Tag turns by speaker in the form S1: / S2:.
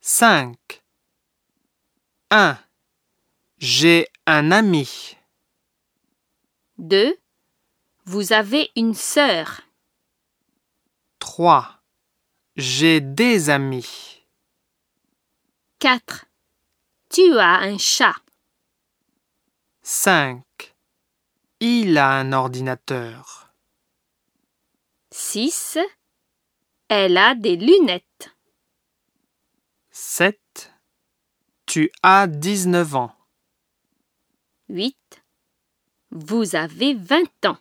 S1: 5. 1. J'ai un ami.
S2: 2. Vous avez une sœur.
S1: 3. J'ai des amis.
S2: 4. Tu as un chat.
S1: 5. Il a un ordinateur.
S2: 6. Elle a des lunettes.
S1: 7. Tu as 19 ans.
S2: 8. Vous avez 20 ans.